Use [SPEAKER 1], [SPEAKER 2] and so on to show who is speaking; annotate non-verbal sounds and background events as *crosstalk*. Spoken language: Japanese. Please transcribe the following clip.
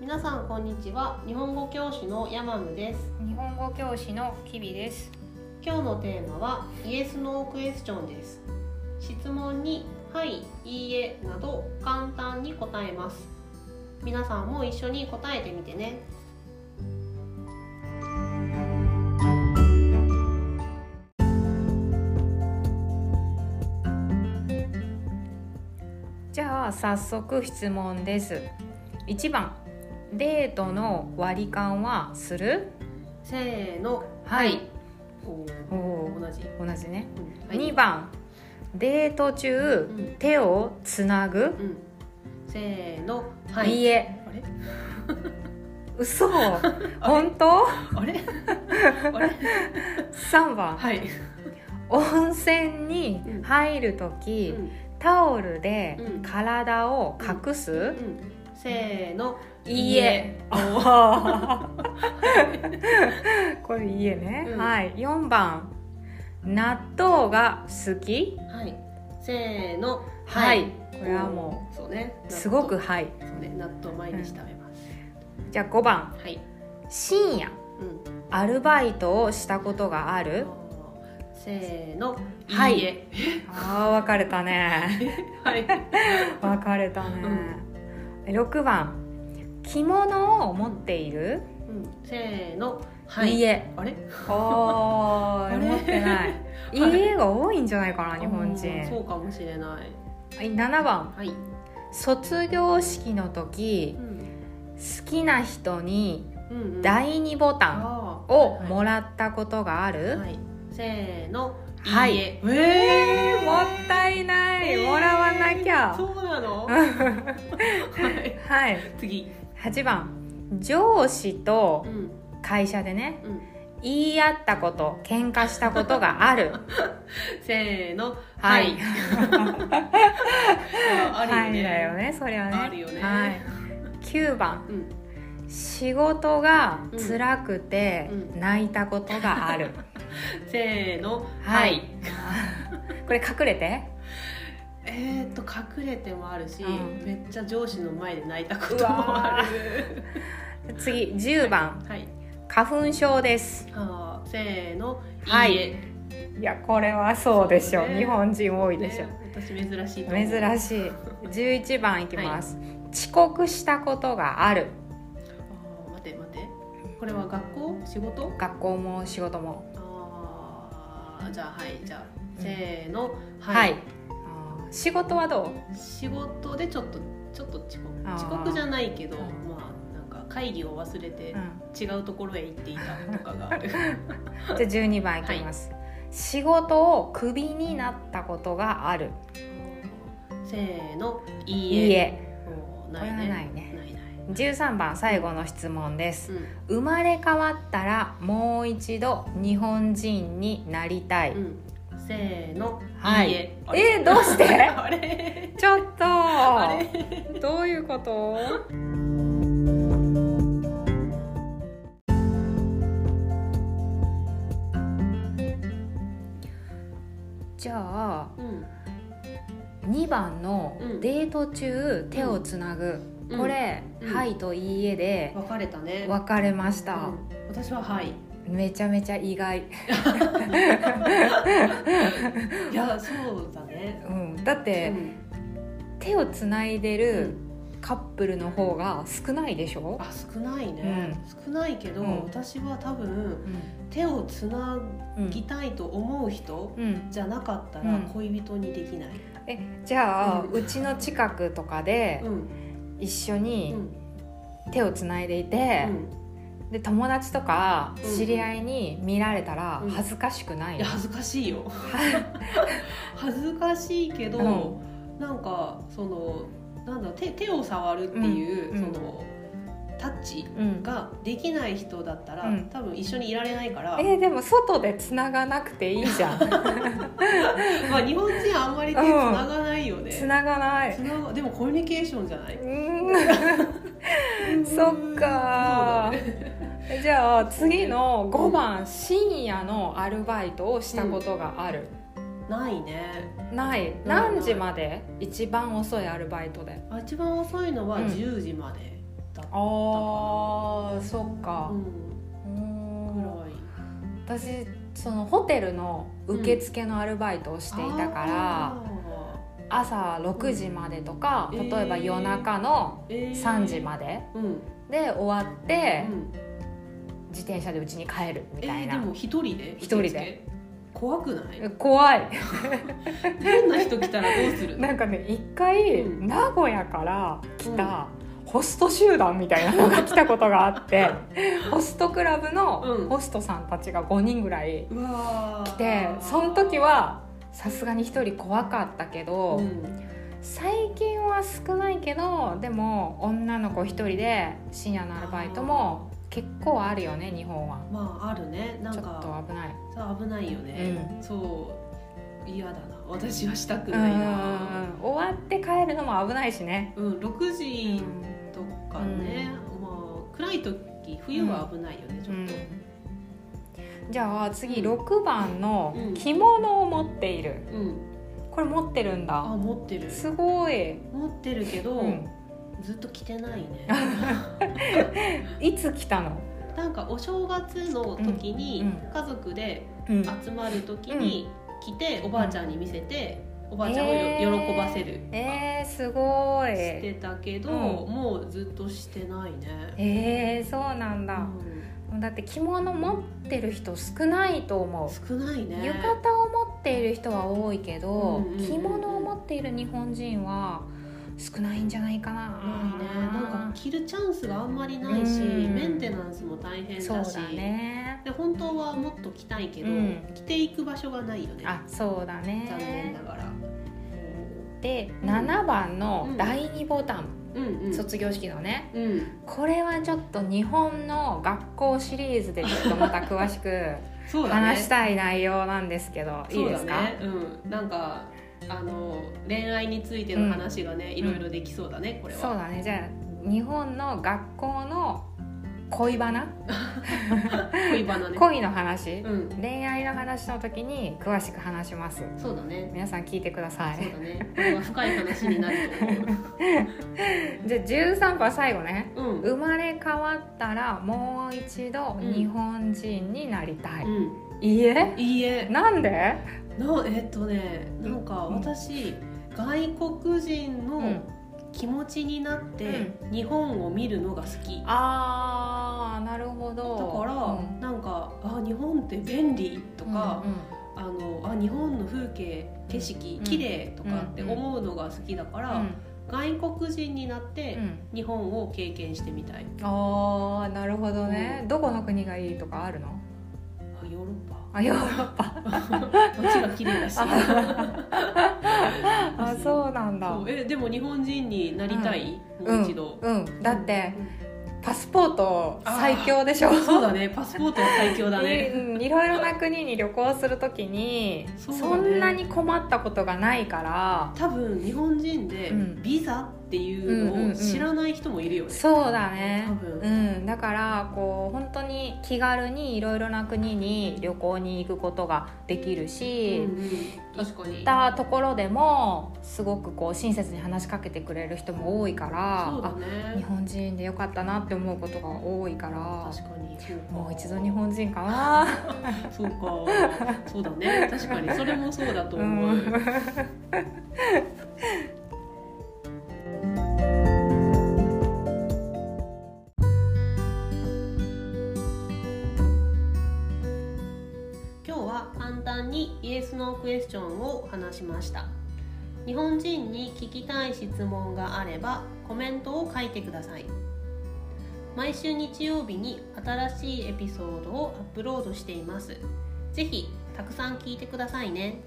[SPEAKER 1] 皆さんこんにちは日本語教師のヤマムです
[SPEAKER 2] 日本語教師のキビです。
[SPEAKER 1] 今日のテーマはイエスノークエスチョンです質問にはい、いいえなど簡単に答えます皆さんも一緒に答えてみてね
[SPEAKER 2] じゃあ早速質問です。1番デートの割り勘はする？
[SPEAKER 1] せーの
[SPEAKER 2] はい。
[SPEAKER 1] おー
[SPEAKER 2] おお
[SPEAKER 1] 同じ、
[SPEAKER 2] 同じね。
[SPEAKER 1] うんはい
[SPEAKER 2] 2番デート中
[SPEAKER 1] うん
[SPEAKER 2] 手をつなぐ？
[SPEAKER 1] うんせーのはいい
[SPEAKER 2] いえ。
[SPEAKER 1] あれ
[SPEAKER 2] 嘘。本当
[SPEAKER 1] あれあれ
[SPEAKER 2] ?3 番
[SPEAKER 1] はい、
[SPEAKER 2] 温泉に入ると
[SPEAKER 1] う
[SPEAKER 2] き、
[SPEAKER 1] ん
[SPEAKER 2] タオルで
[SPEAKER 1] うん
[SPEAKER 2] 体を隠す？
[SPEAKER 1] うん、せーの
[SPEAKER 2] いいえ。
[SPEAKER 1] おー
[SPEAKER 2] *laughs* これ家ね、
[SPEAKER 1] うん
[SPEAKER 2] はい4番納豆が好き
[SPEAKER 1] はい、せーの、
[SPEAKER 2] これはも
[SPEAKER 1] う、そうね、
[SPEAKER 2] うすごく
[SPEAKER 1] 納
[SPEAKER 2] はいう
[SPEAKER 1] 豆、そうね、納豆毎日食べます。
[SPEAKER 2] じゃあ5番
[SPEAKER 1] はい、
[SPEAKER 2] 深夜
[SPEAKER 1] うん、
[SPEAKER 2] アルバイトをしたことがあ
[SPEAKER 1] あー
[SPEAKER 2] る
[SPEAKER 1] せーの、
[SPEAKER 2] はい
[SPEAKER 1] え、
[SPEAKER 2] あー分かれた
[SPEAKER 1] *laughs*
[SPEAKER 2] ね
[SPEAKER 1] はい、
[SPEAKER 2] 分かれたね6番着物を持っている、
[SPEAKER 1] うん、せーの、
[SPEAKER 2] い、い
[SPEAKER 1] え、
[SPEAKER 2] え
[SPEAKER 1] *laughs* あれ、
[SPEAKER 2] お
[SPEAKER 1] あ
[SPEAKER 2] ー
[SPEAKER 1] れ
[SPEAKER 2] 持って
[SPEAKER 1] *laughs*
[SPEAKER 2] ないいいえが多いんじゃないかな日本
[SPEAKER 1] あー
[SPEAKER 2] 人
[SPEAKER 1] そうかもしれない。
[SPEAKER 2] はい7番
[SPEAKER 1] はい、
[SPEAKER 2] 卒業式の時
[SPEAKER 1] うん、
[SPEAKER 2] 好きな人に
[SPEAKER 1] うん、うん、
[SPEAKER 2] 第2ボタン
[SPEAKER 1] あー
[SPEAKER 2] をもらったことがある、
[SPEAKER 1] はい、せーの、
[SPEAKER 2] はい
[SPEAKER 1] え、え
[SPEAKER 2] もったいない、もらわなきゃ
[SPEAKER 1] そうな
[SPEAKER 2] *laughs*
[SPEAKER 1] の。はい、
[SPEAKER 2] はい
[SPEAKER 1] 次、
[SPEAKER 2] 8番上司と
[SPEAKER 1] うん、
[SPEAKER 2] 会社でね
[SPEAKER 1] うん、
[SPEAKER 2] 言い合ったこと喧嘩したことがある
[SPEAKER 1] せーの、
[SPEAKER 2] *laughs* はい。
[SPEAKER 1] *laughs* あるよ
[SPEAKER 2] はい
[SPEAKER 1] ね。
[SPEAKER 2] だよねそりゃね
[SPEAKER 1] あるよね
[SPEAKER 2] はい、9番
[SPEAKER 1] うん、
[SPEAKER 2] 仕事が辛くて泣いたことがある、
[SPEAKER 1] せーの、
[SPEAKER 2] はい。これ隠れて
[SPEAKER 1] えーっと隠れてもあるし、
[SPEAKER 2] うん
[SPEAKER 1] めっちゃ上司の前で泣いたこともある。
[SPEAKER 2] 次10番
[SPEAKER 1] はい。
[SPEAKER 2] 花粉症です
[SPEAKER 1] あーせーの、
[SPEAKER 2] はい
[SPEAKER 1] いえ
[SPEAKER 2] いやこれはそうでしょう、
[SPEAKER 1] そうね
[SPEAKER 2] 日本人多いでしょ、
[SPEAKER 1] ね、私珍しいと思う。
[SPEAKER 2] 珍しい11番いきます、遅刻したことがある
[SPEAKER 1] あー待って待って。これは学校仕事？
[SPEAKER 2] 学校も仕事も
[SPEAKER 1] あーじゃあはいじゃあせーの、
[SPEAKER 2] はい、あー仕事はど
[SPEAKER 1] 仕事でちょっとちょっと遅刻
[SPEAKER 2] あー
[SPEAKER 1] 遅刻じゃないけどまあなんか会議を忘れ
[SPEAKER 2] う、
[SPEAKER 1] て
[SPEAKER 2] う。ん
[SPEAKER 1] 違うところへ行っていたとかが
[SPEAKER 2] *laughs*
[SPEAKER 1] ある
[SPEAKER 2] じゃあ12番いきます、仕事をクビになったことがある
[SPEAKER 1] せーのい
[SPEAKER 2] いいえ
[SPEAKER 1] もう
[SPEAKER 2] こ
[SPEAKER 1] な
[SPEAKER 2] れ
[SPEAKER 1] い
[SPEAKER 2] は
[SPEAKER 1] ね
[SPEAKER 2] ないね
[SPEAKER 1] ないない
[SPEAKER 2] 13番最後の質問です
[SPEAKER 1] うん
[SPEAKER 2] 生まれ変わったらもう一度日本人になりたい、
[SPEAKER 1] うんせーの
[SPEAKER 2] はい
[SPEAKER 1] いいえあれ
[SPEAKER 2] えーどうして
[SPEAKER 1] *laughs* あれ
[SPEAKER 2] ちょっと
[SPEAKER 1] あれ
[SPEAKER 2] どういうことじゃあ
[SPEAKER 1] うん
[SPEAKER 2] 2番の
[SPEAKER 1] うん
[SPEAKER 2] デート中手をつなぐ、
[SPEAKER 1] うん
[SPEAKER 2] これ、
[SPEAKER 1] うん
[SPEAKER 2] はいといいえで
[SPEAKER 1] 別れたね
[SPEAKER 2] 分かれました
[SPEAKER 1] う、ん私ははい
[SPEAKER 2] めちゃめちゃ意外、
[SPEAKER 1] いやそうだね
[SPEAKER 2] うん、だっ
[SPEAKER 1] う
[SPEAKER 2] て、
[SPEAKER 1] ん
[SPEAKER 2] 手をつないで
[SPEAKER 1] う
[SPEAKER 2] るカップルの方が少ないでしょ、
[SPEAKER 1] あ少ないね少ないけど
[SPEAKER 2] うん
[SPEAKER 1] 私は多分
[SPEAKER 2] う
[SPEAKER 1] 手をつなんぎたいと思う人
[SPEAKER 2] うん、
[SPEAKER 1] じゃなかったら
[SPEAKER 2] うん
[SPEAKER 1] 恋人にできない
[SPEAKER 2] えじゃあ、
[SPEAKER 1] うん
[SPEAKER 2] うちの近くとかで
[SPEAKER 1] うん
[SPEAKER 2] 一緒
[SPEAKER 1] う
[SPEAKER 2] に
[SPEAKER 1] ん
[SPEAKER 2] 手をつないでいうて、
[SPEAKER 1] ん
[SPEAKER 2] で友達とか
[SPEAKER 1] うん
[SPEAKER 2] 知り合いに見られたら
[SPEAKER 1] うん
[SPEAKER 2] 恥ずかしくない、
[SPEAKER 1] いや恥ずかしいよ恥ずかしいけど、なんかそのなんだろう手手を触るっていう、
[SPEAKER 2] うんうん
[SPEAKER 1] そのタッチ
[SPEAKER 2] うん
[SPEAKER 1] ができない人だったら、
[SPEAKER 2] うん
[SPEAKER 1] 多分一緒にいられないから、
[SPEAKER 2] えでも外でつながなくていいじゃ
[SPEAKER 1] *laughs*
[SPEAKER 2] ん
[SPEAKER 1] まあ、日本人あんまり手つながないよね、
[SPEAKER 2] つながない
[SPEAKER 1] つながでもコミュニケーションじゃないう
[SPEAKER 2] ーんそっ
[SPEAKER 1] そうだ
[SPEAKER 2] か
[SPEAKER 1] ね
[SPEAKER 2] えじゃあ次の5番深夜のアルバイトをしたことがある、
[SPEAKER 1] ないね
[SPEAKER 2] ない何時まで一番遅いアルバイトで
[SPEAKER 1] あ一番遅いのは
[SPEAKER 2] うん
[SPEAKER 1] 10時までだった
[SPEAKER 2] あーそっか
[SPEAKER 1] う、ん、
[SPEAKER 2] うん
[SPEAKER 1] ぐらい
[SPEAKER 2] 私そのホテルの受付のアルバイトをしていたから、朝6時までとか、
[SPEAKER 1] うん
[SPEAKER 2] 例えば夜中の3時まで、
[SPEAKER 1] で、うん
[SPEAKER 2] で終わって、
[SPEAKER 1] うん
[SPEAKER 2] 自転車で家に帰るみたい
[SPEAKER 1] えー
[SPEAKER 2] な
[SPEAKER 1] で、も一人で
[SPEAKER 2] 一人で
[SPEAKER 1] 受付怖くない
[SPEAKER 2] 怖い
[SPEAKER 1] 変な人来たらどうするの
[SPEAKER 2] *laughs* なんかね一回、
[SPEAKER 1] うん
[SPEAKER 2] 名古屋から来た、ホスト集団みたいなのが来たことがあってホストクラブ
[SPEAKER 1] うん
[SPEAKER 2] のホストさんたちが5人ぐらいう
[SPEAKER 1] わー
[SPEAKER 2] でその時はさすがに1人怖かったけど、
[SPEAKER 1] うん
[SPEAKER 2] 最近は少ないけどでも女の子1人で深夜のアルバイトも結構あるよね日本は
[SPEAKER 1] まああるねなん
[SPEAKER 2] ちょっ
[SPEAKER 1] か
[SPEAKER 2] と危ない
[SPEAKER 1] そう危ないよね、そう嫌だな私はしたく
[SPEAKER 2] う
[SPEAKER 1] ないな、
[SPEAKER 2] ん終わって帰るのも危ないしね、
[SPEAKER 1] うん、6
[SPEAKER 2] う
[SPEAKER 1] 時
[SPEAKER 2] ん
[SPEAKER 1] とかね、まあ暗い時冬は危ないよね、ちょっと、
[SPEAKER 2] じゃあ次6番の
[SPEAKER 1] うん
[SPEAKER 2] 着物を持っている
[SPEAKER 1] うん
[SPEAKER 2] これ持ってるん
[SPEAKER 1] あ
[SPEAKER 2] だ
[SPEAKER 1] 持ってる
[SPEAKER 2] すごい、
[SPEAKER 1] 持ってるけど、
[SPEAKER 2] うん
[SPEAKER 1] ずっと着てない
[SPEAKER 2] *laughs*
[SPEAKER 1] ね
[SPEAKER 2] いつ来たの、
[SPEAKER 1] なんかお正月の時に
[SPEAKER 2] う
[SPEAKER 1] 家族で
[SPEAKER 2] うん
[SPEAKER 1] 集まる時に着ておばあちゃんに見せておばあちゃんをよ、
[SPEAKER 2] えー
[SPEAKER 1] 喜ばせる
[SPEAKER 2] えー、すごい
[SPEAKER 1] して
[SPEAKER 2] え
[SPEAKER 1] たけど、
[SPEAKER 2] うん
[SPEAKER 1] もうずっとしてないね、
[SPEAKER 2] ー、そうなんだ、だって着物持ってる人少ないと思う
[SPEAKER 1] うん少ないね
[SPEAKER 2] 浴衣を持っている人は多いけど、
[SPEAKER 1] うんうんうんうん
[SPEAKER 2] 着物を持っている日本人は少ないんじゃないかな。
[SPEAKER 1] ないねなんか着るチャンスがあんまりないし、
[SPEAKER 2] うん
[SPEAKER 1] メンテナンスも大変
[SPEAKER 2] そう
[SPEAKER 1] だし
[SPEAKER 2] だね。
[SPEAKER 1] で本当はもっと着たいけど、
[SPEAKER 2] うん
[SPEAKER 1] 着ていく場所がないよね
[SPEAKER 2] あ、そうだ
[SPEAKER 1] 残念
[SPEAKER 2] ね
[SPEAKER 1] な。がら。
[SPEAKER 2] で、7番の第二ボタン、
[SPEAKER 1] うんうん
[SPEAKER 2] 卒業式のね。
[SPEAKER 1] うん、
[SPEAKER 2] これはちょっと日本の学校シリーズでちょっとまた詳しく
[SPEAKER 1] *laughs* そうだね
[SPEAKER 2] 話したい内容なんですけど、いいですか？
[SPEAKER 1] そうだね、うん、なんかあの恋愛についての話がね、いろいろできそうだねこれ
[SPEAKER 2] そう
[SPEAKER 1] は
[SPEAKER 2] だねじゃあ日本の学校の恋バナ、
[SPEAKER 1] 恋バナね
[SPEAKER 2] 恋の話、
[SPEAKER 1] うん
[SPEAKER 2] 恋愛の話の時に詳しく話します
[SPEAKER 1] そうだね
[SPEAKER 2] 皆さん聞いてくださ
[SPEAKER 1] そう
[SPEAKER 2] い
[SPEAKER 1] だねこれは深い話になると思
[SPEAKER 2] *laughs* じゃあ13番最後ね
[SPEAKER 1] ううん、
[SPEAKER 2] 生まれ変わったらもう一度
[SPEAKER 1] うん
[SPEAKER 2] 日本人になりたい、
[SPEAKER 1] う
[SPEAKER 2] いいえ
[SPEAKER 1] ん、いいえ
[SPEAKER 2] なんで、
[SPEAKER 1] なえっとねなんか
[SPEAKER 2] うん
[SPEAKER 1] 私外国人
[SPEAKER 2] う
[SPEAKER 1] の気持ちになって日本を見るのが好き、だ
[SPEAKER 2] あーなるほど
[SPEAKER 1] から、なんかあ日本って便利と
[SPEAKER 2] と
[SPEAKER 1] か、あのあ日本の風景景色綺麗とかって思うのが好きだから、外国人になって日本を経験してみたい、
[SPEAKER 2] あーなるほどね、どこの国がいいとかある
[SPEAKER 1] *laughs*
[SPEAKER 2] の
[SPEAKER 1] あヨーロッ
[SPEAKER 2] *laughs*
[SPEAKER 1] パ
[SPEAKER 2] あヨーロッパ
[SPEAKER 1] 街が綺麗だし
[SPEAKER 2] あ
[SPEAKER 1] *laughs*
[SPEAKER 2] そうなんだ
[SPEAKER 1] そうえでも日本人になりたい、もう一度、
[SPEAKER 2] うんうん、だってパスポート最強でしょ
[SPEAKER 1] うんそうだねパスポートは最強だ
[SPEAKER 2] *laughs* い
[SPEAKER 1] ね
[SPEAKER 2] うんいろいろな国に旅行するときにそ,、
[SPEAKER 1] そうだね
[SPEAKER 2] んなに困ったことがないから
[SPEAKER 1] 多分日本人で
[SPEAKER 2] うん
[SPEAKER 1] ビザっていうのを知らない人もいるよね、
[SPEAKER 2] そうだね
[SPEAKER 1] 多分
[SPEAKER 2] うん、だからこう本当に気軽にいろいろな国に旅行に行くことができるし、
[SPEAKER 1] うんうん確か
[SPEAKER 2] 行っ
[SPEAKER 1] に
[SPEAKER 2] たところでもすごくこう親切に話しかけてくれる人も多いから
[SPEAKER 1] そうだ
[SPEAKER 2] あ日
[SPEAKER 1] ね
[SPEAKER 2] 本人でよかったなって思うことが多いから
[SPEAKER 1] 確かにそうか
[SPEAKER 2] もう一度日本人かな。
[SPEAKER 1] そうか、そうだね、確かに、それもそうだと思う。
[SPEAKER 2] うん
[SPEAKER 1] 今日は簡単にイエスノークエスチョンを話しました。日本人に聞きたい質問があれば、コメントを書いてください。毎週日曜日に新しいエピソードをアップロードしています。ぜひたくさん聞いてくださいね。